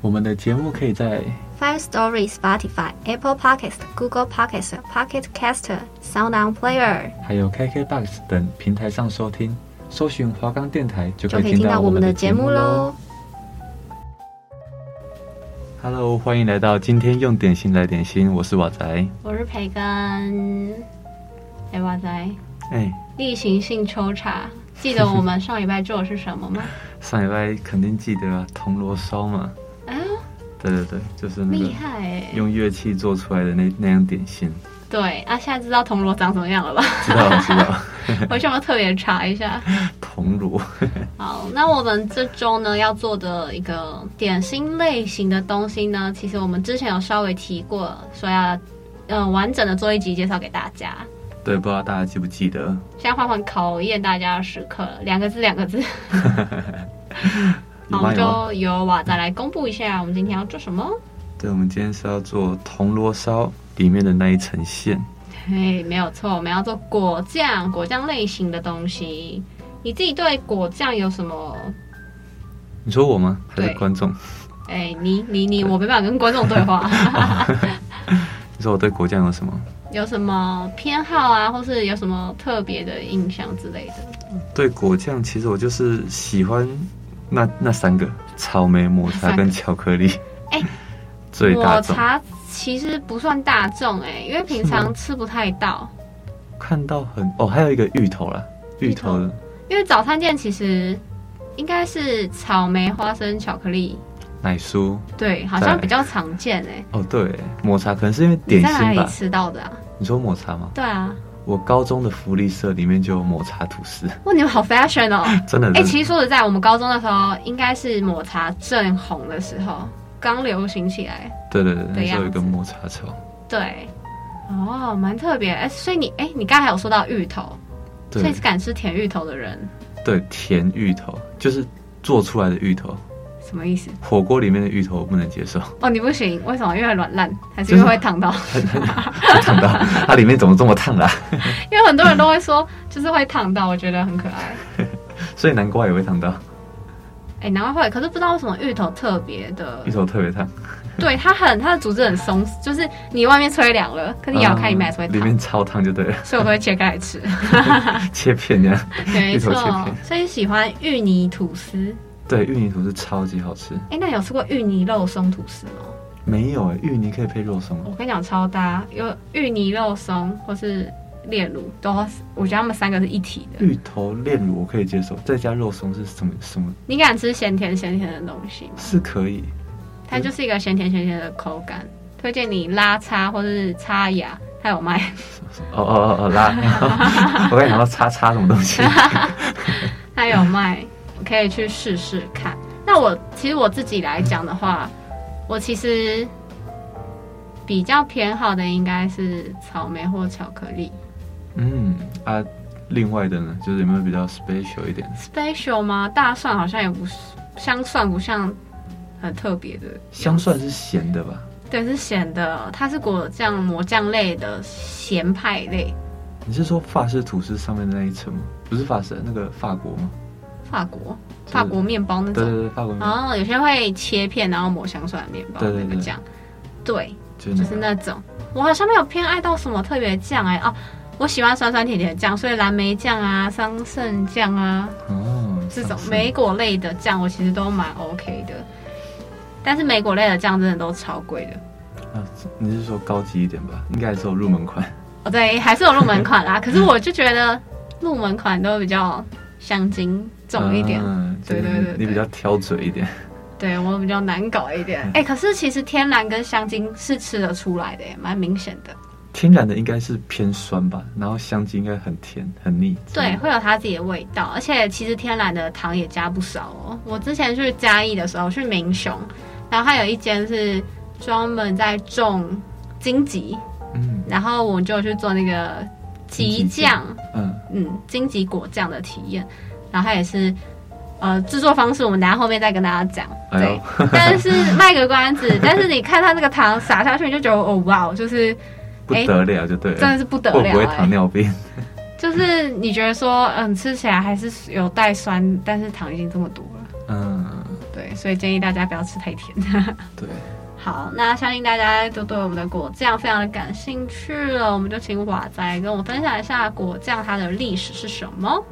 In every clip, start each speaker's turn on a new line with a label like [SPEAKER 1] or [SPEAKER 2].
[SPEAKER 1] 我们的节目可以在
[SPEAKER 2] Five Story、Spotify、Apple Podcast、Google Podcast、Pocket Caster、Sound On Player
[SPEAKER 1] 还有 KKBox 等平台上收听，搜寻华冈电台就
[SPEAKER 2] 就
[SPEAKER 1] 可
[SPEAKER 2] 可
[SPEAKER 1] 以
[SPEAKER 2] 以听
[SPEAKER 1] 到
[SPEAKER 2] 到我们
[SPEAKER 1] 们
[SPEAKER 2] 的
[SPEAKER 1] 节
[SPEAKER 2] 节目
[SPEAKER 1] 喽。
[SPEAKER 2] 喽。
[SPEAKER 1] Hello，欢迎来到今天用点心来点心，我是瓦仔。
[SPEAKER 2] 我是培根，哎哇塞，
[SPEAKER 1] 哎，
[SPEAKER 2] 例行性抽查，记得我们上礼拜做的是什么吗？
[SPEAKER 1] 上礼拜肯定记得啊，铜锣烧嘛。
[SPEAKER 2] 啊，
[SPEAKER 1] 对对对，就是那个
[SPEAKER 2] 厉害哎、
[SPEAKER 1] 用乐器做出来的那那样点心，
[SPEAKER 2] 对，啊，现在知道铜锣长什么样了吧？
[SPEAKER 1] 知道了知道 了，
[SPEAKER 2] 我想要特别查一下。
[SPEAKER 1] 铜锣。
[SPEAKER 2] 好，那我们这周呢要做的一个点心类型的东西呢，其实我们之前有稍微提过，说要呃完整的做一集介绍给大家。
[SPEAKER 1] 对，不知道大家记不记得？
[SPEAKER 2] 现在换换考验大家的时刻了，两个字两个字。
[SPEAKER 1] 有
[SPEAKER 2] 好，我
[SPEAKER 1] 吗
[SPEAKER 2] 们
[SPEAKER 1] 有吗？
[SPEAKER 2] 就由瓦仔来公布一下我们今天要做什么。
[SPEAKER 1] 对，我们今天是要做铜锣烧里面的那一层馅。
[SPEAKER 2] 嘿，没有错，我们要做果酱，果酱类型的东西。你自己对果酱有什么？
[SPEAKER 1] 你说我吗？还是
[SPEAKER 2] 对
[SPEAKER 1] 观众？
[SPEAKER 2] 哎、你你你，我没办法跟观众对 话。
[SPEAKER 1] 你说我对果酱有什么？
[SPEAKER 2] 有什么偏好啊，或是有什么特别的印象之类的？
[SPEAKER 1] 对果酱，其实我就是喜欢那那三个：草 莓、抹茶
[SPEAKER 2] 三个
[SPEAKER 1] 跟巧克力。
[SPEAKER 2] 哎
[SPEAKER 1] 最大
[SPEAKER 2] 抹
[SPEAKER 1] 众
[SPEAKER 2] 茶其实不算大众哎、因为平
[SPEAKER 1] 是
[SPEAKER 2] 常
[SPEAKER 1] 吗
[SPEAKER 2] 吃不太到。
[SPEAKER 1] 看到很哦，还有一个芋头啦，
[SPEAKER 2] 芋
[SPEAKER 1] 芋
[SPEAKER 2] 头
[SPEAKER 1] 头的
[SPEAKER 2] 因为早餐店其实应该是草莓、花生、巧克力，
[SPEAKER 1] 奶酥。
[SPEAKER 2] 对，好像
[SPEAKER 1] 对
[SPEAKER 2] 比较常见哎、
[SPEAKER 1] 哦，对，抹茶可能是因为
[SPEAKER 2] 你
[SPEAKER 1] 点
[SPEAKER 2] 在哪
[SPEAKER 1] 心
[SPEAKER 2] 里
[SPEAKER 1] 吧？
[SPEAKER 2] 吃到的啊？
[SPEAKER 1] 你说抹茶吗？
[SPEAKER 2] 对啊，
[SPEAKER 1] 我高中的福利社里面就有抹茶吐司，
[SPEAKER 2] 哇，你们好 fashion 哦！
[SPEAKER 1] 真的。
[SPEAKER 2] 哎、
[SPEAKER 1] 真的
[SPEAKER 2] 其实说实在，我们高中的时候应该是抹茶正红的时候，刚流行起来。
[SPEAKER 1] 对对对，
[SPEAKER 2] 的
[SPEAKER 1] 那时候有一
[SPEAKER 2] 样
[SPEAKER 1] 个
[SPEAKER 2] 子
[SPEAKER 1] 抹茶球。
[SPEAKER 2] 对，哦，蛮特别哎、所以你哎、你刚才有说到芋头，所以
[SPEAKER 1] 对
[SPEAKER 2] 是敢吃甜芋头的人，
[SPEAKER 1] 对，甜芋头就是做出来的芋头，
[SPEAKER 2] 什么意思？
[SPEAKER 1] 火锅里面的芋头我不能接受，
[SPEAKER 2] 哦，你不行，为什么？因为软烂，还是因为会烫到？
[SPEAKER 1] 烫到它里面怎么这么烫啦、
[SPEAKER 2] 因为很多人都会说，就是会烫到，我觉得很可爱。
[SPEAKER 1] 所以南瓜也会烫到，
[SPEAKER 2] 哎、难怪会，可是不知道为什么芋头特别的
[SPEAKER 1] 芋，头特别烫。
[SPEAKER 2] 对它很它的组织很松，就是你外面吹凉了，可是你咬开里面还是会
[SPEAKER 1] 嗯啊里
[SPEAKER 2] 烫，
[SPEAKER 1] 面超烫就对了，
[SPEAKER 2] 所以我都会切开来吃。
[SPEAKER 1] 切片这样。
[SPEAKER 2] 没
[SPEAKER 1] 芋头
[SPEAKER 2] 错
[SPEAKER 1] 切片，
[SPEAKER 2] 所以喜欢芋泥吐司。
[SPEAKER 1] 对，芋泥吐司超级好吃。
[SPEAKER 2] 哎、那你有吃过芋泥肉松吐司吗？
[SPEAKER 1] 没有哎、芋泥可以配肉松
[SPEAKER 2] 我
[SPEAKER 1] 哦。
[SPEAKER 2] 跟你讲超搭，有芋泥肉松或是炼乳，都我觉得它们三个是一体的。
[SPEAKER 1] 芋头炼乳我可以接受，再加肉松是什么什么
[SPEAKER 2] 你敢吃咸甜咸甜的东西吗？
[SPEAKER 1] 是可以。
[SPEAKER 2] 它就是一个咸甜咸甜的口感，推荐你拉叉或是擦牙，它有卖。
[SPEAKER 1] 哦哦哦哦拉， 我刚才想到叉叉什么东西。
[SPEAKER 2] 它有卖，可以去试试看。那我其实我自己来讲的话，我其实比较偏好的应该是草莓或巧克力。
[SPEAKER 1] 嗯啊，另外的呢，就是有没有比较 special 一点？
[SPEAKER 2] special 吗？大蒜好像也不是，香蒜不像很特别的，
[SPEAKER 1] 香蒜是咸的吧？
[SPEAKER 2] 对，是咸的，它是果酱、抹酱类的咸派类。
[SPEAKER 1] 你是说法式吐司上面的那一层吗？不是法式，那个法国吗？
[SPEAKER 2] 法国
[SPEAKER 1] 就是
[SPEAKER 2] 法国面包那
[SPEAKER 1] 对对
[SPEAKER 2] 种，
[SPEAKER 1] 对，法国面包，
[SPEAKER 2] 哦，有些会切片然后抹香蒜面包
[SPEAKER 1] 对对
[SPEAKER 2] 那个
[SPEAKER 1] 对
[SPEAKER 2] 酱，对，
[SPEAKER 1] 就是
[SPEAKER 2] 就
[SPEAKER 1] 那
[SPEAKER 2] 是
[SPEAKER 1] 个。
[SPEAKER 2] 那种，我好像没有偏爱到什么特别的酱哎、哦，我喜欢酸酸甜甜的酱，所以蓝莓酱啊、桑葚酱啊
[SPEAKER 1] 哦，
[SPEAKER 2] 这种
[SPEAKER 1] 上次
[SPEAKER 2] 莓果类的酱，我其实都蛮 OK 的。但是莓果类的酱真的都超贵的，
[SPEAKER 1] 啊，你是说高级一点吧？应该还是有入门款。
[SPEAKER 2] 哦对，还是有入门款啦。可是我就觉得入门款都比较香精重一点，
[SPEAKER 1] 嗯，
[SPEAKER 2] 对
[SPEAKER 1] 就是
[SPEAKER 2] 对
[SPEAKER 1] 你
[SPEAKER 2] 对对
[SPEAKER 1] 你比较挑嘴一点。
[SPEAKER 2] 对我比较
[SPEAKER 1] 嗯
[SPEAKER 2] 难搞一点。哎、可是其实天然跟香精是吃得出来的耶，蛮明显的。
[SPEAKER 1] 天然的应该是偏酸吧，然后香精应该很甜很腻。
[SPEAKER 2] 对，会有它自己的味道，而且其实天然的糖也加不少哦。我之前去嘉义的时候，去民雄，然后它有一间是专门在种荆棘，
[SPEAKER 1] 嗯
[SPEAKER 2] 然后我就去做那个棘
[SPEAKER 1] 荆棘酱
[SPEAKER 2] 酱，
[SPEAKER 1] 嗯，
[SPEAKER 2] 嗯，荆棘果酱的体验，然后它也是。呃，制作方式我们等一下后面再跟大家 讲。
[SPEAKER 1] 哎
[SPEAKER 2] 对
[SPEAKER 1] 呦，
[SPEAKER 2] 但是卖个关子，但是你看它那个糖撒下去，你就觉得哦哇，就是
[SPEAKER 1] 不得了就对了，
[SPEAKER 2] 真的是不得了、
[SPEAKER 1] 会
[SPEAKER 2] 哎。
[SPEAKER 1] 不会糖尿病？
[SPEAKER 2] 就是你觉得说，嗯，吃起来还是有带酸，但是糖已经这么多了，
[SPEAKER 1] 嗯，
[SPEAKER 2] 对，所以建议大家不要吃太甜。
[SPEAKER 1] 对，
[SPEAKER 2] 好，那相信大家都对我们的果酱非常的感兴趣了，我们就请瓦仔跟我分享一下果酱它的历史是什么。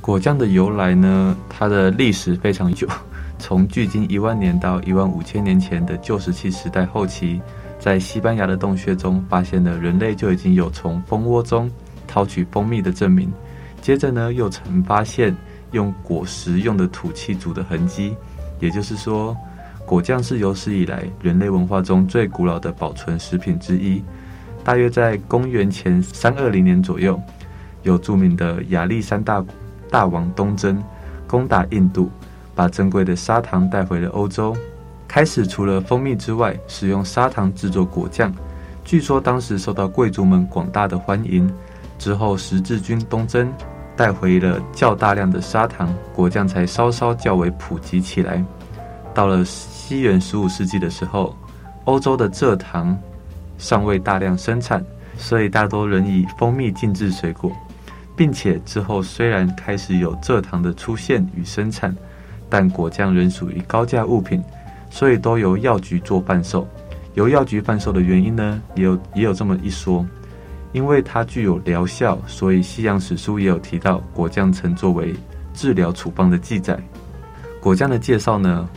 [SPEAKER 1] 果酱的由来呢，它的历史非常久， 从距今一万年到一万五千年前的旧石器时代后期，在西班牙的洞穴中发现了人类就已经有从蜂窝中掏取蜂蜜的证明。接着呢，又曾发现用果实用的土器煮的痕迹，也就是说，果酱是有史以来人类文化中最古老的保存食品之一。大约在公元前三二零年左右，有著名的亚历山大大王东征，攻打印度，把珍贵的砂糖带回了欧洲，开始除了蜂蜜之外，使用砂糖制作果酱。据说当时受到贵族们广大的欢迎。之后，十字军东征，带回了较大量的砂糖，果酱才稍稍较为普及起来。到了西元十五世纪的时候，欧洲的蔗糖尚未大量生产，所以大多仍以蜂蜜浸制水果。并且之后虽然开始有蔗糖的出现与生产，但果酱仍属于高价物品，所以都由药局做贩售。由药局贩售的原因呢，也有也有这么一说，因为它具有疗效，所以西洋史书也有提到果酱曾作为治疗处方的记载。果酱的介绍呢，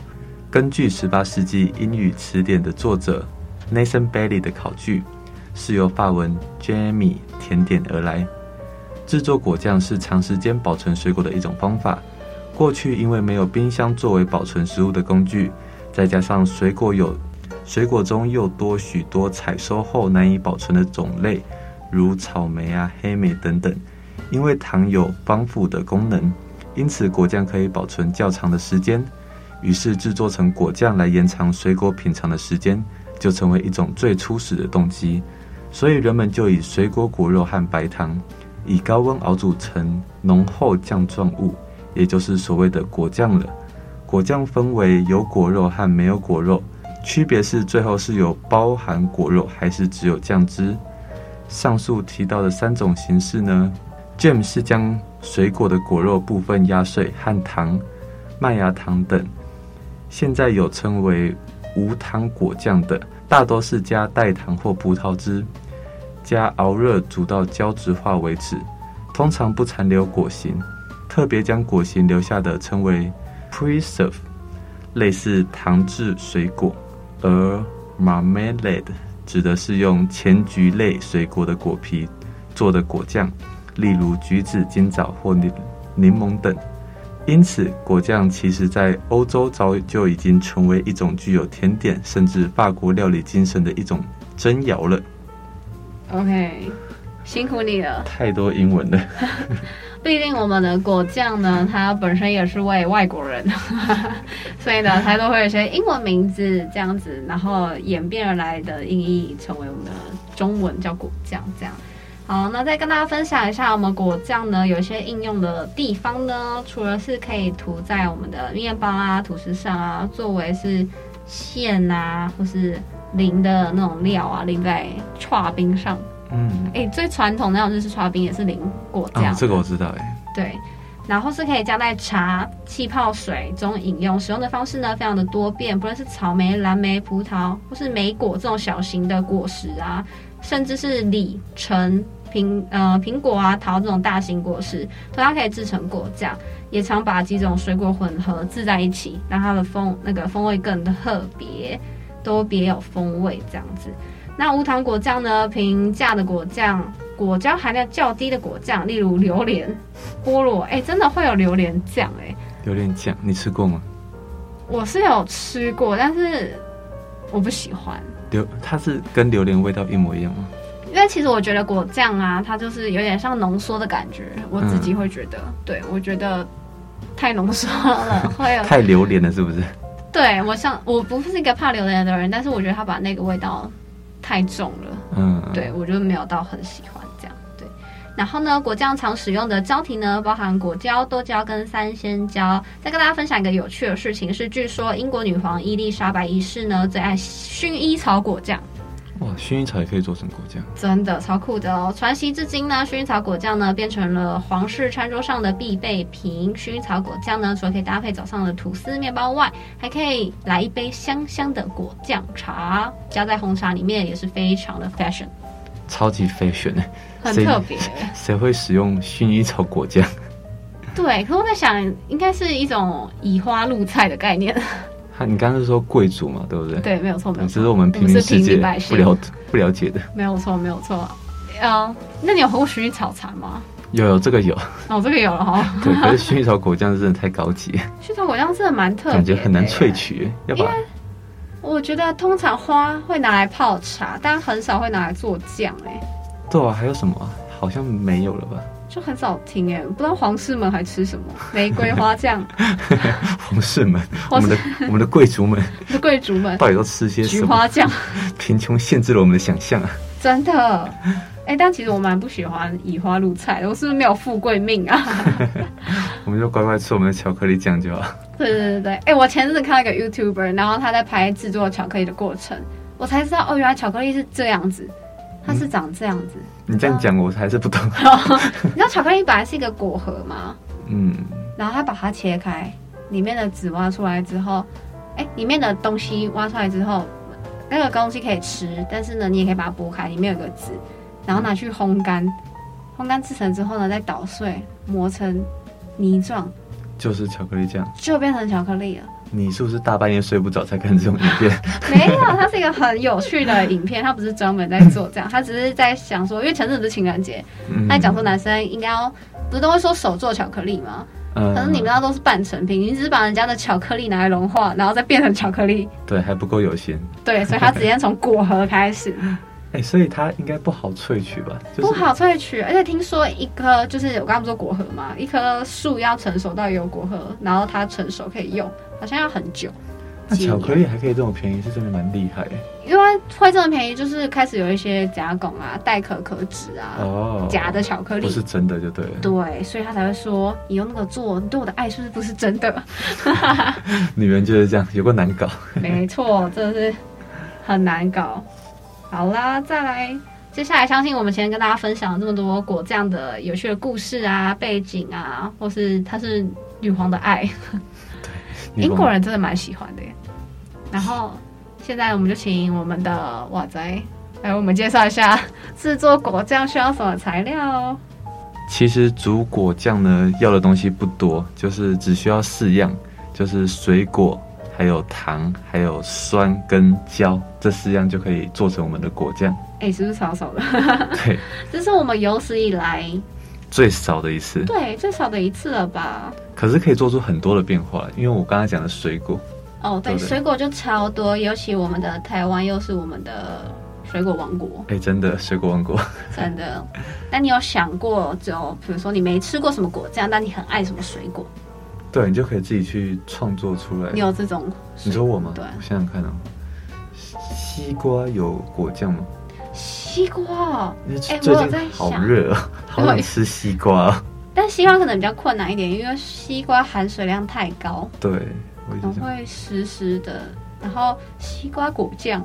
[SPEAKER 1] 根据18世纪英语词典的作者 Nathan Bailey 的考据，是由法文 Jamie 甜点而来。制作果酱是长时间保存水果的一种方法。过去因为没有冰箱作为保存食物的工具，再加上水果有水果中又多许多采收后难以保存的种类，如草莓啊、黑莓等等。因为糖有防腐的功能，因此果酱可以保存较长的时间。于是制作成果酱来延长水果品尝的时间，就成为一种最初始的动机。所以人们就以水果、果肉和白糖以高温熬煮成浓厚酱状物，也就是所谓的果酱了。果酱分为有果肉和没有果肉，区别是最后是有包含果肉还是只有酱汁。上述提到的三种形式呢，jam 是将水果的果肉部分压碎和糖、麦芽糖等，现在有称为无糖果酱的，大多是加代糖或葡萄汁加熬热煮到胶质化为止，通常不残留果形，特别将果形留下的称为 preserve，类似糖制水果，而 marmalade 指的是用前菊类水果的果皮做的果酱，例如橘子、金枣或柠柠檬等。因此，果酱其实在欧洲早就已经成为一种具有甜点甚至法国料理精神的一种珍肴了。
[SPEAKER 2] OK，辛苦你了。
[SPEAKER 1] 太多英文了。
[SPEAKER 2] 毕竟我们的果酱呢，它本身也是为外国人， 所以呢，它都会有一些英文名字这样子，然后演变而来的音译成为我们的中文叫果酱这样。好，那再跟大家分享一下，我们果酱呢有一些应用的地方呢，除了是可以涂在我们的面包啊、吐司上啊，作为是馅啊，或是淋的那种料啊，淋在刨冰上。
[SPEAKER 1] 嗯，
[SPEAKER 2] 诶，最传统那种日式刨冰也是淋果酱
[SPEAKER 1] 啊，。这个我知道哎。
[SPEAKER 2] 对，然后是可以加在茶、气泡水中饮用。使用的方式呢，非常的多变，不论是草莓、蓝莓、葡萄，或是莓果这种小型的果实啊，甚至是李、橙、苹呃苹果啊、桃这种大型果实，同样可以制成果酱。也常把几种水果混合制在一起，让它的风那个风味更特别，都别有风味这样子。那无糖果酱呢？平价的果酱，果胶含量较低的果酱，例如榴莲、菠萝，哎、真的会有榴莲酱哎、
[SPEAKER 1] 榴莲酱，你吃过吗？
[SPEAKER 2] 我是有吃过，但是我不喜欢。
[SPEAKER 1] 榴，它是跟榴莲味道一模一样吗？
[SPEAKER 2] 因为其实我觉得果酱啊，它就是有点像浓缩的感觉，我自己会觉得，对我觉得太浓缩了，会有
[SPEAKER 1] 太榴莲了是不是？
[SPEAKER 2] 对我像我不是一个怕榴莲的人，但是我觉得它把那个味道太重了，
[SPEAKER 1] 嗯，，
[SPEAKER 2] 对我就没有到很喜欢这样。对，然后呢，果酱常使用的胶体呢，包含果胶、多胶跟三鲜胶。再跟大家分享一个有趣的事情是，据说英国女皇伊丽莎白一世呢最爱薰衣草果酱。
[SPEAKER 1] 哇，薰衣草也可以做成果酱，
[SPEAKER 2] 真的超酷的哦！传袭至今呢，薰衣草果酱呢变成了皇室餐桌上的必备品。薰衣草果酱呢，除了可以搭配早上的吐司面包外，还可以来一杯香香的果酱茶，加在红茶里面也是非常的 fashion，
[SPEAKER 1] 超级 fashion 欸
[SPEAKER 2] 很
[SPEAKER 1] 谁
[SPEAKER 2] 特别。
[SPEAKER 1] 谁会使用薰衣草果酱？
[SPEAKER 2] 对，可是我在想，应该是一种以花入菜的概念。
[SPEAKER 1] 他你刚刚是说贵族嘛，对不对？
[SPEAKER 2] 对，没有错，没有
[SPEAKER 1] 嗯，
[SPEAKER 2] 错。
[SPEAKER 1] 这是我们平民世
[SPEAKER 2] 我们是平
[SPEAKER 1] 界
[SPEAKER 2] 民百姓
[SPEAKER 1] 不了不了解的。
[SPEAKER 2] 没有错，没有错。呃，那你有喝过薰衣草茶吗？
[SPEAKER 1] 有有这个 有，
[SPEAKER 2] 哦，这个有了哈、哦。
[SPEAKER 1] 对，可是薰衣草果酱真的太高级，
[SPEAKER 2] 薰衣草果酱真的蛮特别，
[SPEAKER 1] 感觉很难萃。取，欸要把
[SPEAKER 2] 我觉得通常花会拿来泡茶，但很少会拿来做酱、哎，
[SPEAKER 1] 对啊，还有什么啊？好像没有了吧？
[SPEAKER 2] 就很少听哎、不知道皇室们还吃什么玫瑰花酱，
[SPEAKER 1] 皇室们，我
[SPEAKER 2] 皇
[SPEAKER 1] 们
[SPEAKER 2] 室
[SPEAKER 1] 的我们的贵族们
[SPEAKER 2] 是贵族 们
[SPEAKER 1] 到底都吃些
[SPEAKER 2] 菊
[SPEAKER 1] 什么？
[SPEAKER 2] 花酱，
[SPEAKER 1] 贫穷限制了我们的想象 啊！
[SPEAKER 2] 真的。哎、但其实我蛮不喜欢以花入菜的，我是不是没有富贵命啊？
[SPEAKER 1] 我们就乖乖吃我们的巧克力酱就好。
[SPEAKER 2] 对对对对，哎、我前阵子看到一个 YouTuber，然后他在拍制作巧克力的过程，我才知道哦，原来巧克力是这样子，它是长这样子。
[SPEAKER 1] 你这样讲，我还是不懂。
[SPEAKER 2] 你知道巧克力本来是一个果核吗？
[SPEAKER 1] 嗯，
[SPEAKER 2] 然后他把它切开，里面的籽挖出来之后，哎，里面的东西挖出来之后，那个东西可以吃，但是呢，你也可以把它剥开，里面有个籽，然后拿去烘干，烘干制成之后呢，再捣碎磨成泥状，
[SPEAKER 1] 就是巧克力酱。
[SPEAKER 2] 就变成巧克力了。
[SPEAKER 1] 你是不是大半夜睡不着才看这种影片？
[SPEAKER 2] 没有，它是一个很有趣的影片，它不是专门在做这样，它只是在想说，因为前阵子是情人节，
[SPEAKER 1] 嗯
[SPEAKER 2] 他在讲说男生应该要。不是都会说手做巧克力吗？
[SPEAKER 1] 嗯
[SPEAKER 2] 可是你们那都是半成品，你只是把人家的巧克力拿来融化，然后再变成巧克力，
[SPEAKER 1] 对还不够有心。
[SPEAKER 2] 对，所以它直接从果核开始，
[SPEAKER 1] 哎、所以它应该不好萃取吧？ 就是、
[SPEAKER 2] 不好萃取。而且听说一颗就是我刚刚不是说果核嘛，一棵树要成熟到有果核，然后它成熟可以用，好像要很久。
[SPEAKER 1] 那
[SPEAKER 2] 几
[SPEAKER 1] 巧克
[SPEAKER 2] 年，
[SPEAKER 1] 力还可以这么便宜，是真的蛮厉害
[SPEAKER 2] 因为会这么便宜，就是开始有一些加工啊、代可可脂啊、
[SPEAKER 1] 哦。
[SPEAKER 2] 假的巧克
[SPEAKER 1] 不
[SPEAKER 2] 力。
[SPEAKER 1] 是真的就对了。
[SPEAKER 2] 对，所以他才会说你用那个做，你对我的爱是不是不是真 的？
[SPEAKER 1] 女人就是这样，有个难搞。
[SPEAKER 2] 没错，真的是很难搞。好啦，再来，接下来相信我们前跟大家分享了这么多果酱的有趣的故事啊、背景啊，或是她是女皇的爱，英国人真的蛮喜欢的耶。然后现在我们就请我们的瓦仔来为我们介绍一下制作果酱需要什么材料哦。
[SPEAKER 1] 其实煮果酱呢，要的东西不多，就是只需要四样，就是水果、还有糖、还有酸跟胶，这四样就可以做成我们的果酱。
[SPEAKER 2] 哎、是不是少少的？
[SPEAKER 1] 对，
[SPEAKER 2] 这是我们有史以来
[SPEAKER 1] 最少的一次，
[SPEAKER 2] 对最少的一次了吧？
[SPEAKER 1] 可是可以做出很多的变化，因为我刚才讲的水果，
[SPEAKER 2] 哦，
[SPEAKER 1] 对
[SPEAKER 2] 对，
[SPEAKER 1] 不对
[SPEAKER 2] 水果就超多，尤其我们的台湾又是我们的水果王国，
[SPEAKER 1] 哎，真的水果王国，
[SPEAKER 2] 真的。但你有想过，就比如说你没吃过什么果酱，但你很爱什么水果，
[SPEAKER 1] 对你就可以自己去创作出来。
[SPEAKER 2] 你有这种？
[SPEAKER 1] 你说我吗？
[SPEAKER 2] 对，
[SPEAKER 1] 我想想看哦，西瓜有果酱吗？
[SPEAKER 2] 西瓜哦，
[SPEAKER 1] 因为最
[SPEAKER 2] 哎
[SPEAKER 1] 最
[SPEAKER 2] 我有在
[SPEAKER 1] 近好
[SPEAKER 2] 想
[SPEAKER 1] 热哦，好想吃西瓜哦。
[SPEAKER 2] 但西瓜可能比较困难一点，因为西瓜含水量太高，
[SPEAKER 1] 对，我一
[SPEAKER 2] 然
[SPEAKER 1] 直
[SPEAKER 2] 后
[SPEAKER 1] 想，
[SPEAKER 2] 会湿湿的。然后西瓜果 酱，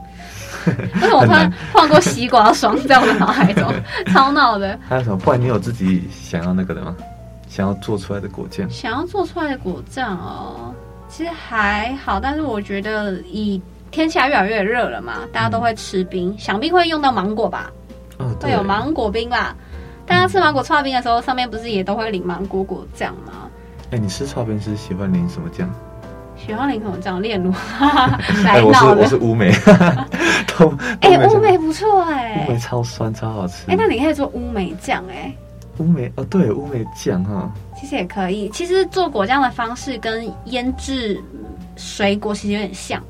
[SPEAKER 2] 为什么我突然放过西瓜霜在我的脑海中，超闹的。
[SPEAKER 1] 还有什么？不然你有自己想要那个的吗？想要做出来的果酱，
[SPEAKER 2] 想要做出来的果酱哦，其实还好，但是我觉得以天气越来越热了嘛，大家
[SPEAKER 1] 嗯
[SPEAKER 2] 都会吃冰，想必会用到芒果吧，
[SPEAKER 1] 哦，
[SPEAKER 2] 会
[SPEAKER 1] 对，
[SPEAKER 2] 有芒果冰吧。大家吃芒果刨冰的时候，上面不是也都会淋芒果果酱吗？
[SPEAKER 1] 哎，你吃炒冰是喜欢淋什么酱？
[SPEAKER 2] 喜欢淋什么酱？炼乳，
[SPEAKER 1] 哎，
[SPEAKER 2] 来
[SPEAKER 1] 我是
[SPEAKER 2] 闹
[SPEAKER 1] 我
[SPEAKER 2] 了
[SPEAKER 1] 是。乌梅， 都都
[SPEAKER 2] 哎、
[SPEAKER 1] 没
[SPEAKER 2] 乌
[SPEAKER 1] 什么
[SPEAKER 2] 梅不错哎、
[SPEAKER 1] 乌梅超酸，超好吃
[SPEAKER 2] 哎、。那你可以做乌梅酱哎、
[SPEAKER 1] 乌梅哦，对，乌梅酱哈，
[SPEAKER 2] 其实也可以。其实做果酱的方式跟腌制水果其实有点像。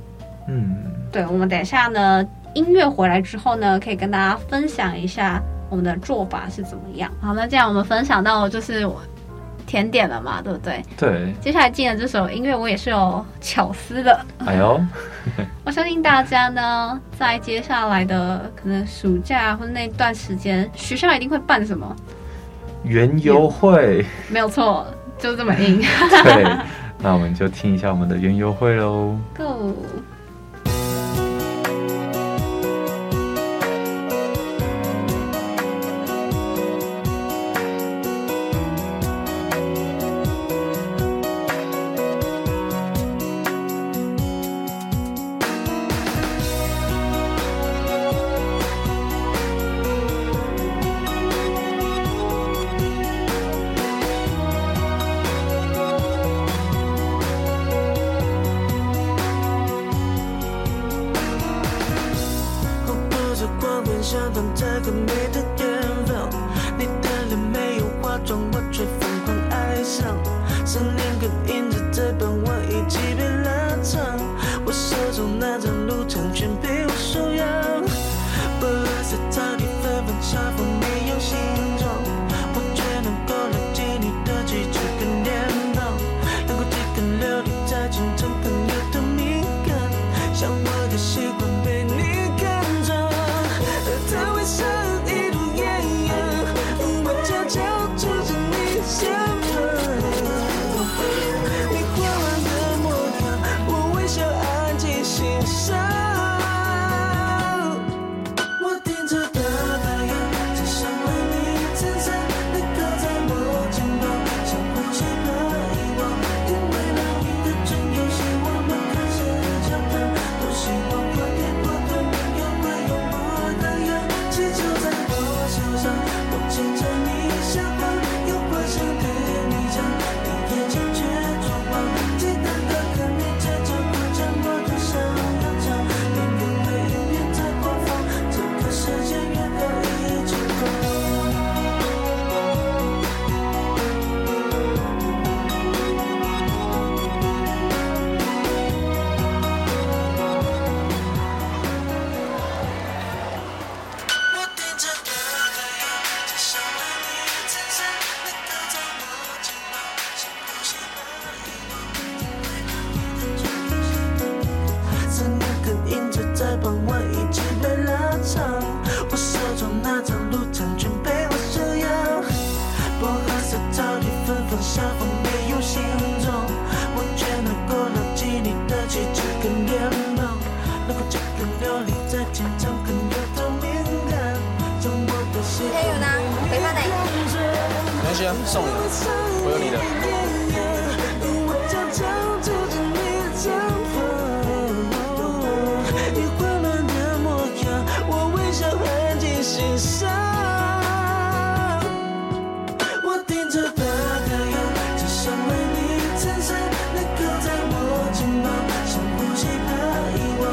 [SPEAKER 1] 嗯，
[SPEAKER 2] 对，我们等一下呢，音乐回来之后呢，可以跟大家分享一下我们的做法是怎么样。好，那这样我们分享到就是我甜点了嘛，对不对？
[SPEAKER 1] 对，
[SPEAKER 2] 接下来进的这首音乐我也是有巧思的，
[SPEAKER 1] 哎呦，
[SPEAKER 2] 我相信大家呢，在接下来的可能暑假或者那段时间，学校一定会办什么？
[SPEAKER 1] 园游 会，
[SPEAKER 2] 没有错，就这么硬。
[SPEAKER 1] 对，那我们就听一下我们的园游会喽。
[SPEAKER 2] Go！
[SPEAKER 3] 我抱着光环，想躺在和你的远方。你的脸没有化妆，我却疯狂爱上。思念跟影子在傍晚一起被拉长。我手中那张路长裙被我收养。白色草地芬芳，夏风没有形状，我却能够了解你的举止跟脸庞，能够几根流利在清晨朋友的敏感。像我的习惯被你看着，他微笑一路艳阳，我悄悄住进你身旁。你狂妄的模样，我微笑安静欣赏。我盯着大白杨，只想为你撑伞，你靠在我肩膀，像呼吸般遗忘，因为那你的唇有些我们开始交谈，多希望我别过分，有怪有我的样，气球在我手上，我牵着你下滑，有话想对你讲，你眼睛却装忙，期待的和你接着过着我的想要唱，明明的一边在播放，这个世界原来已经够。我盯着大太阳，只想为你撑伞。你靠在我肩膀，像呼吸般遗忘，思念跟影子在傍晚一起被拉长。我手中那张路长裙被我收养，薄荷色草地芬芳，夏风没有形状，我却能够牢记你的气质跟脸庞，能够几根流利在天上更有的敏感，将我的心。
[SPEAKER 4] 天宇呢？陪伴你。
[SPEAKER 5] 没关系啊，送你啊，我有你的。
[SPEAKER 3] 你混乱的模样，我微笑安静欣赏。我盯着大太阳，只想为你撑伞，你靠在我肩膀，像呼吸般遗忘，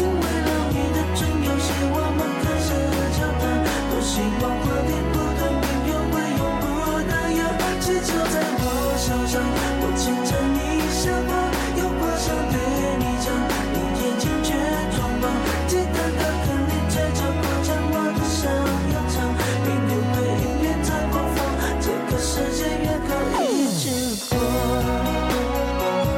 [SPEAKER 3] 因为让你的唇有些我们开始交谈，多希望话题不断变，又会有不那样，气球在我手上，我牵着你下滑，有话想对你讲，你眼睛却装忙，期待的和你追着我讲我的想要唱，明天的音乐在播放，这个世界原来已经过。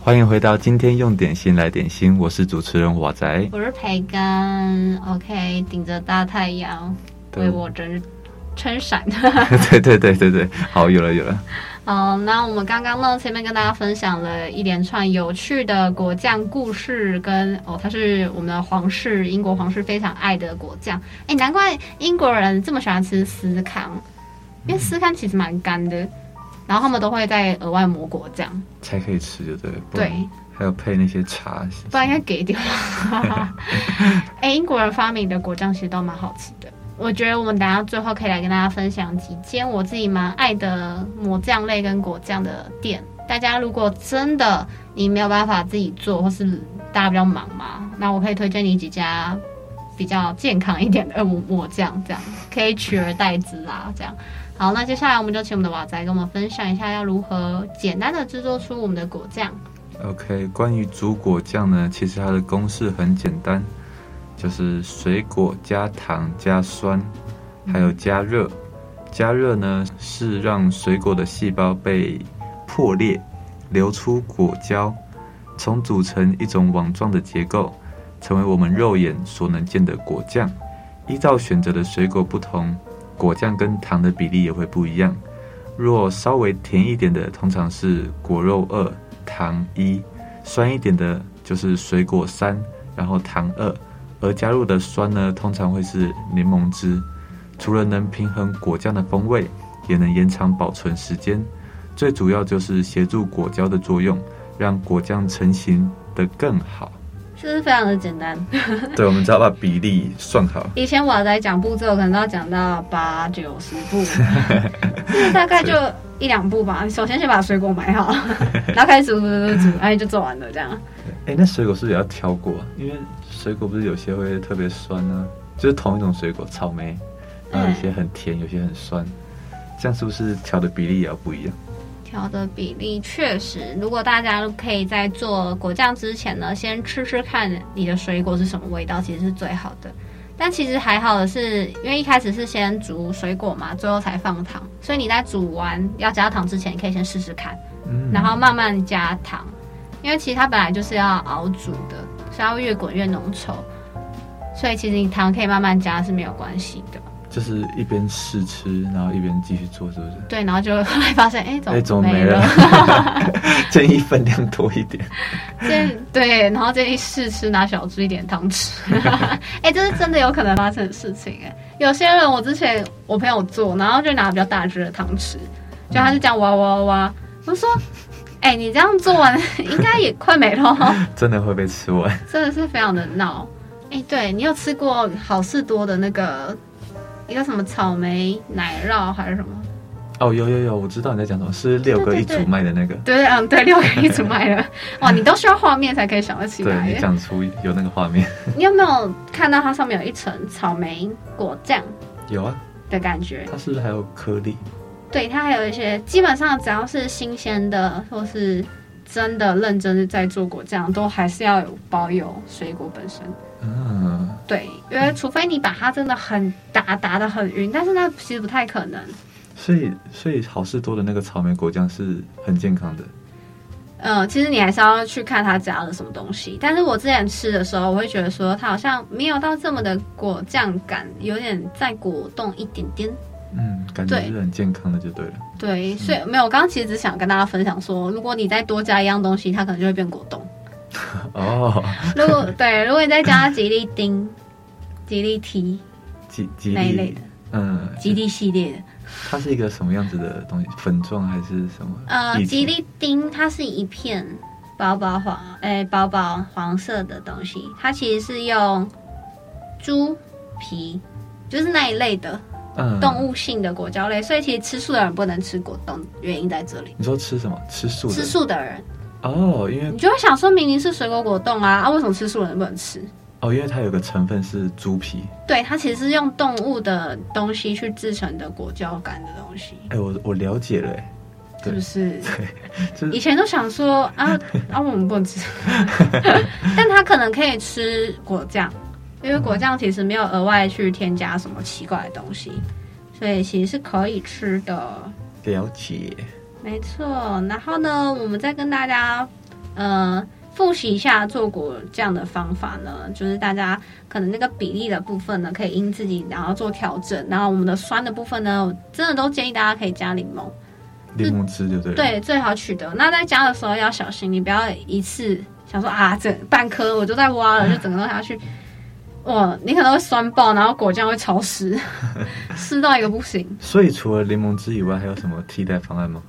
[SPEAKER 1] 欢迎回到今天用点心来点心，我是主持人瓦 仔。
[SPEAKER 2] 我是培根，OK，顶着大太阳为我撑撑伞。
[SPEAKER 1] 对对对对对，好，有了有了，
[SPEAKER 2] 好，那我们刚刚呢，前面跟大家分享了一连串有趣的果酱故事跟，哦，它是我们的皇室，英国皇室非常爱的果酱。哎，难怪英国人这么喜欢吃司康，因为斯堪其实蛮干的，然后他们都会再额外抹果酱，
[SPEAKER 1] 才可以吃，就对了。不然
[SPEAKER 2] 对，
[SPEAKER 1] 还有配那些茶，
[SPEAKER 2] 不然应该给点吧。哎、英国人发明的果酱其实都蛮好吃的。我觉得我们等一下最后可以来跟大家分享几间我自己蛮爱的抹酱类跟果酱的店。大家如果真的你没有办法自己做，或是大家比较忙嘛，那我可以推荐你几家比较健康一点的抹抹酱，这样可以取而代之啦。这样好，那接下来我们就请我们的瓦仔跟我们分享一下要如何简单的制作出我们的果酱。
[SPEAKER 1] OK，关于煮果酱呢，其实它的公式很简单，就是水果加糖加酸，还有加热。加热呢是让水果的细胞被破裂，流出果胶，从组成一种网状的结构，成为我们肉眼所能见的果酱。依照选择的水果不同，果酱跟糖的比例也会不一样。若稍微甜一点的，通常是果肉二、糖一；酸一点的，就是水果三，然后糖二。而加入的酸呢，通常会是柠檬汁。除了能平衡果酱的风味，也能延长保存时间。最主要就是协助果胶的作用，让果酱成型的更好。
[SPEAKER 2] 是不是非常的简单？
[SPEAKER 1] 对，我们只要把比例算好。
[SPEAKER 2] 以前瓦仔讲步骤，可能都要讲到八九十步，就是大概就一两步吧。首先先把水果买好，然后开始煮煮煮煮，哎，就做完了这样。
[SPEAKER 1] 哎，那水果是不是也要挑过啊？因为水果不是有些会特别酸啊，就是同一种水果，草莓，然后有
[SPEAKER 2] 嗯
[SPEAKER 1] 些很甜，有些很酸，这样是不是调的比例也要不一样？
[SPEAKER 2] 调的比例确实，如果大家可以在做果酱之前呢，先吃吃看你的水果是什么味道，其实是最好的。但其实还好的是，因为一开始是先煮水果嘛，最后才放糖，所以你在煮完要加糖之前，你可以先试试看。
[SPEAKER 1] 嗯
[SPEAKER 2] 然后慢慢加糖，因为其实它本来就是要熬煮的，所以要越滚越浓稠，所以其实你糖可以慢慢加是没有关系的。
[SPEAKER 1] 就是一边试吃，然后一边继续做，是不是？
[SPEAKER 2] 对，然后就后来发现，哎，怎
[SPEAKER 1] 哎，怎么
[SPEAKER 2] 么
[SPEAKER 1] 没
[SPEAKER 2] 没
[SPEAKER 1] 了
[SPEAKER 2] 了？？
[SPEAKER 1] 建议分量多一点。
[SPEAKER 2] 建对，然后建议试吃拿小支一点糖吃。 哎，这是真的有可能发生的事情哎。有些人我之前我朋友做，然后就拿比较大支的糖吃，就他是这样挖挖挖，我说，哎，你这样做完 应该也快没了哦。
[SPEAKER 1] 真的会被吃完。
[SPEAKER 2] 真的是非常的闹。哎、对你有吃过好事多的那个一个什么草莓奶酪还是什么？
[SPEAKER 1] 哦，有有有，我知道你在讲什么，是六个一组卖的那个。
[SPEAKER 2] 对，嗯，对，六个一组 卖的。哇，你都需要画面才可以想得起来
[SPEAKER 1] 对你
[SPEAKER 2] 耶。
[SPEAKER 1] 讲出有那个画面，
[SPEAKER 2] 你有没有看到它上面有一层草莓果酱
[SPEAKER 1] 有啊，
[SPEAKER 2] 的感觉？
[SPEAKER 1] 它是不是还有颗粒？
[SPEAKER 2] 对，它还有一些，基本上只要是新鲜的，或是真的认真的在做果酱，都还是要有保有水果本身。
[SPEAKER 1] 嗯，
[SPEAKER 2] 对，因为除非你把它真的很打打的很匀，但是那其实不太可能。
[SPEAKER 1] 所以所以好事多的那个草莓果酱是很健康的。
[SPEAKER 2] 嗯，其实你还是要去看它加了什么东西。但是我之前吃的时候，我会觉得说它好像没有到这么的果酱感，有点再果冻一点点。
[SPEAKER 1] 嗯，感觉
[SPEAKER 2] 对
[SPEAKER 1] 是很健康的就对了。
[SPEAKER 2] 对，所以没有，我刚刚其实只想跟大家分享说，如果你再多加一样东西，它可能就会变果冻。
[SPEAKER 1] 哦，
[SPEAKER 2] 如果对，如果你再加吉利丁、吉利提
[SPEAKER 1] 吉吉
[SPEAKER 2] 那一类
[SPEAKER 1] 利
[SPEAKER 2] 的，
[SPEAKER 1] 嗯，
[SPEAKER 2] 吉利系列的，
[SPEAKER 1] 它是一个什么样子的东西？粉状还是什么？
[SPEAKER 2] 呃，
[SPEAKER 1] 液体
[SPEAKER 2] 吉利丁它是一片薄薄黄，哎、薄薄黄色的东西，它其实是用猪皮，就是那一类的
[SPEAKER 1] 嗯
[SPEAKER 2] 动。物性的果胶类，所以其实吃素的人不能吃果冻，原因在这里。
[SPEAKER 1] 你说吃什么？吃素的。
[SPEAKER 2] 吃素的人，
[SPEAKER 1] 哦，因为
[SPEAKER 2] 你就会想说，明明是水果果冻啊，啊，为什么吃素的人不能吃？
[SPEAKER 1] 哦，因为它有个成分是猪皮。
[SPEAKER 2] 对，它其实是用动物的东西去制成的果胶感的东西，
[SPEAKER 1] 哎，我我了解了，哎，
[SPEAKER 2] 是不是？
[SPEAKER 1] 就是
[SPEAKER 2] 以前都想说 啊啊，我们不能吃， 但他可能可以吃果酱，因为果酱其实没有额外去添加什么奇怪的东西，所以其实是可以吃的。
[SPEAKER 1] 了解。
[SPEAKER 2] 没错，然后呢，我们再跟大家，呃，复习一下做果酱的方法呢，就是大家可能那个比例的部分呢，可以因自己然后做调整，然后我们的酸的部分呢，我真的都建议大家可以加柠檬。
[SPEAKER 1] 柠檬汁就对了。。
[SPEAKER 2] 对，最好取得。那在加的时候要小心，你不要一次想说啊，整半颗我就在挖了，就整个都下去。哇，你可能会酸爆，然后果酱会潮湿， 湿到一个不行。
[SPEAKER 1] 所以除了柠檬汁以外，还有什么替代方案吗？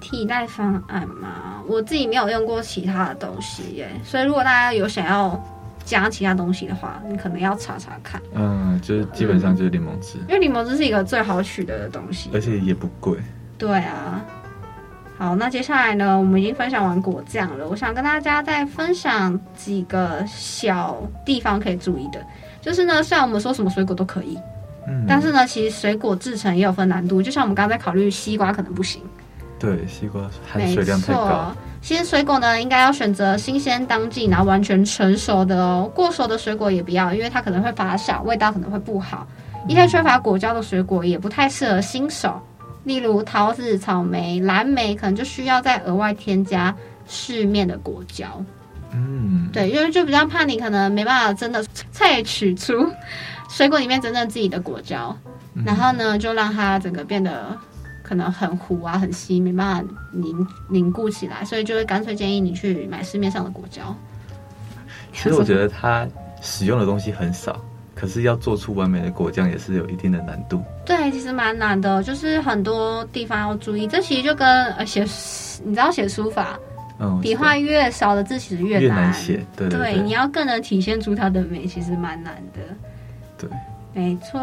[SPEAKER 2] 替代方案嘛，我自己没有用过其他的东西耶，所以如果大家有想要加其他东西的话，你可能要查查看，
[SPEAKER 1] 嗯，就是基本上就是柠檬汁，
[SPEAKER 2] 因为柠檬汁是一个最好取得的东西。
[SPEAKER 1] 而且也不贵。
[SPEAKER 2] 对啊。好，那接下来呢，我们已经分享完果酱了，我想跟大家再分享几个小地方可以注意的，就是呢，虽然我们说什么水果都可以，
[SPEAKER 1] 嗯，
[SPEAKER 2] 但是呢，其实水果制成也有分难度，就像我们刚才在考虑西瓜可能不行。
[SPEAKER 1] 对西瓜含
[SPEAKER 2] 没
[SPEAKER 1] 水量太高
[SPEAKER 2] 错，，其实水果呢，应该要选择新鲜当季，然后完全成熟的哦。过熟的水果也不要，因为它可能会发酵，味道可能会不好。一些缺乏果胶的水果也不太适合新手，例如桃子、草莓、蓝莓，可能就需要再额外添加市面的果胶。
[SPEAKER 1] 嗯，
[SPEAKER 2] 对，因为就比较怕你可能没办法真的萃取出水果里面真正自己的果胶，
[SPEAKER 1] 嗯
[SPEAKER 2] 然后呢，就让它整个变得可能很糊啊、很稀，没办法凝凝固起来，所以就会干脆建议你去买市面上的果胶。
[SPEAKER 1] 其实我觉得它使用的东西很少，可是要做出完美的果酱也是有一定的难度。
[SPEAKER 2] 对，其实蛮难的，就是很多地方要注意。这其实就跟呃写，你知道写书法，
[SPEAKER 1] 嗯，我
[SPEAKER 2] 笔
[SPEAKER 1] 知道
[SPEAKER 2] 画越少的字其实越
[SPEAKER 1] 越难写，对
[SPEAKER 2] 对
[SPEAKER 1] 对
[SPEAKER 2] 你要更能体现出它的美，其实蛮难的。
[SPEAKER 1] 对，
[SPEAKER 2] 没错。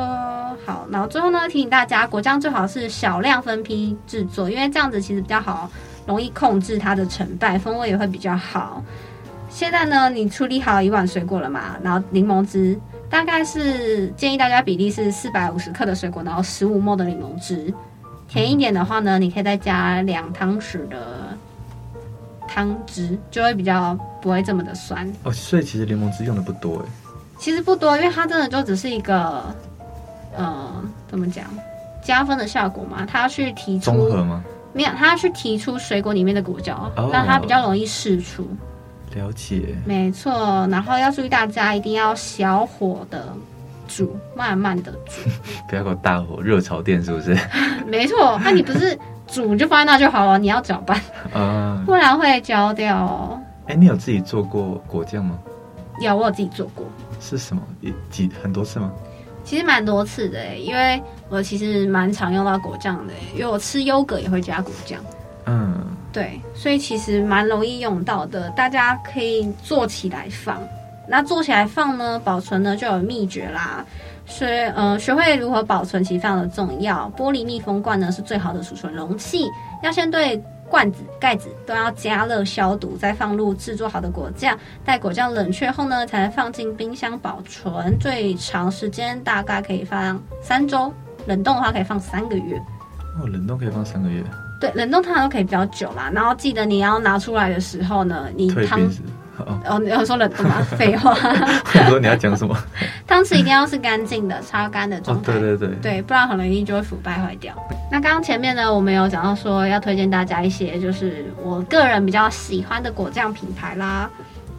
[SPEAKER 2] 好，然后最后呢，提醒大家，果酱最好是少量分批制作，因为这样子其实比较好，容易控制它的成败，风味也会比较好。现在呢，你处理好一碗水果了嘛，然后柠檬汁大概是建议大家比例是四百五十克的水果，然后十五 ml 的柠檬汁。甜一点的话呢，你可以再加两汤匙的汤汁，就会比较不会这么的酸。
[SPEAKER 1] 哦，所以其实柠檬汁用的不多哎，
[SPEAKER 2] 其实不多，因为它真的就只是一个，呃，怎么讲，加分的效果嘛。它要去提
[SPEAKER 1] 综
[SPEAKER 2] 出
[SPEAKER 1] 合吗？
[SPEAKER 2] 没有，它要去提出水果里面的果胶
[SPEAKER 1] 哦，
[SPEAKER 2] 让它比较容易释出。
[SPEAKER 1] 了解，
[SPEAKER 2] 没错，然后要注意大家一定要小火的煮，慢慢的煮。
[SPEAKER 1] 不要搞大火热炒店是不 是？
[SPEAKER 2] 没错，那你不是煮就放在那就好了，你要搅拌，
[SPEAKER 1] 啊，
[SPEAKER 2] 不然会焦掉哦。
[SPEAKER 1] 哎，你有自己做过果酱吗？
[SPEAKER 2] 有，我有自己做过。
[SPEAKER 1] 是什么？一几很多次吗？
[SPEAKER 2] 其实蛮多次的欸，因为我其实蛮常用到果酱的欸，因为我吃优格也会加果酱。
[SPEAKER 1] 嗯，
[SPEAKER 2] 对，所以其实蛮容易用到的，大家可以做起来放。那做起来放呢，保存呢就有秘诀啦。学呃学会如何保存其实非常的重要。玻璃密封罐呢是最好的储存容器，要先对罐子盖子都要加热消毒，再放入制作好的果酱。待果酱冷却后呢，才能放进冰箱保存，最长时间大概可以放三周，冷冻的话可以放三个月。
[SPEAKER 1] 哦，冷冻可以放三个月，
[SPEAKER 2] 对，冷冻通常都可以比较久啦。然后记得你要拿出来的时候呢，你
[SPEAKER 1] 退
[SPEAKER 2] 汤
[SPEAKER 1] 冰是？ 哦，
[SPEAKER 2] 哦，你要说冷冻吗？ 废话，
[SPEAKER 1] 我想说你要讲 什么？
[SPEAKER 2] 汤匙一定要是干净的、擦干的
[SPEAKER 1] 哦
[SPEAKER 2] 状，态。
[SPEAKER 1] 对对对，
[SPEAKER 2] 对，不然很容易就会腐败坏掉。那刚刚前面呢，我们有讲到说要推荐大家一些，就是我个人比较喜欢的果酱品牌啦。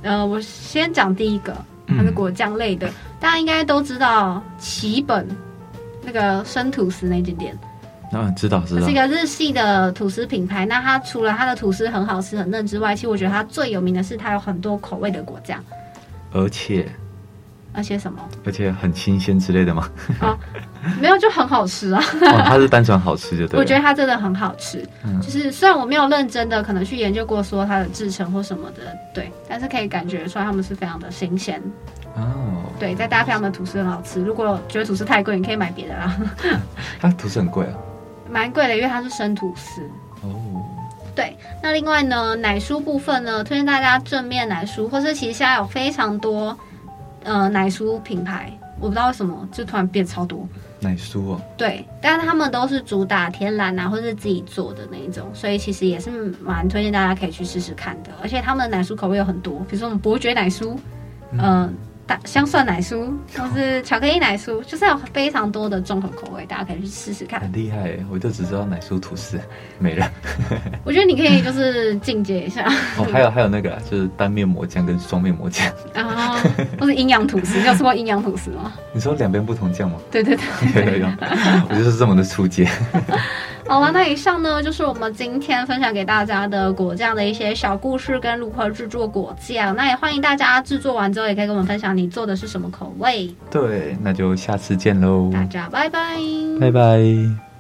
[SPEAKER 2] 呃，我先讲第一个，它是
[SPEAKER 1] 嗯
[SPEAKER 2] 果酱类的，大家应该都知道奇本那个生吐司那间店。
[SPEAKER 1] 那知道知
[SPEAKER 2] 它
[SPEAKER 1] 道
[SPEAKER 2] 是一，个日系的吐司品牌。那它除了它的吐司很好吃、很嫩之外，其实我觉得它最有名的是它有很多口味的果酱，
[SPEAKER 1] 而且
[SPEAKER 2] 而且 什么
[SPEAKER 1] 而且很新鲜之类的 吗？
[SPEAKER 2] 没有就很好吃啊。
[SPEAKER 1] 哦，它是单纯好吃就对了。
[SPEAKER 2] 我觉得它真的很好吃，
[SPEAKER 1] 嗯
[SPEAKER 2] 就是虽然我没有认真的可能去研究过说它的制成或什么的，对，但是可以感觉出来它们是非常的新鲜。
[SPEAKER 1] 哦，
[SPEAKER 2] 对，再搭配它们的吐司很好吃。如果觉得吐司太贵，你可以买别的啦，
[SPEAKER 1] 它吐司很贵啊。
[SPEAKER 2] 蛮贵的，因为它是生吐司。
[SPEAKER 1] 哦，
[SPEAKER 2] 那另外呢，奶酥部分呢，推荐大家正面奶酥，或是其实现在有非常多呃奶酥品牌，我不知道为什么就突然变超多。
[SPEAKER 1] 奶酥哦，
[SPEAKER 2] 对，但是他们都是主打天然啊，或是自己做的那一种，所以其实也是蛮推荐大家可以去试试看的。而且他们的奶酥口味有很多，比如说我们伯爵奶酥，嗯、呃，大香蒜奶酥，或是巧克力奶酥，就是有非常多的综合口味，大家可以去试试 看。
[SPEAKER 1] 很厉害耶，我就只知道奶酥吐司，没了。
[SPEAKER 2] 我觉得你可以就是境界一下。
[SPEAKER 1] 哦，还有还有那个啊，就是单面膜酱跟双面膜酱，
[SPEAKER 2] 然后或是阴阳哦吐司，你有吃过阴阳吐司 吗？
[SPEAKER 1] 你说两边不同酱吗？
[SPEAKER 2] 对对对。
[SPEAKER 1] 有有有，我就是这么的初阶。
[SPEAKER 2] 好了，那以上呢就是我们今天分享给大家的果酱的一些小故事跟如何制作果酱。那也欢迎大家制作完之后也可以跟我们分享你做的是什么口味。
[SPEAKER 1] 对，那就下次见喽，
[SPEAKER 2] 大家拜拜。
[SPEAKER 1] 拜拜。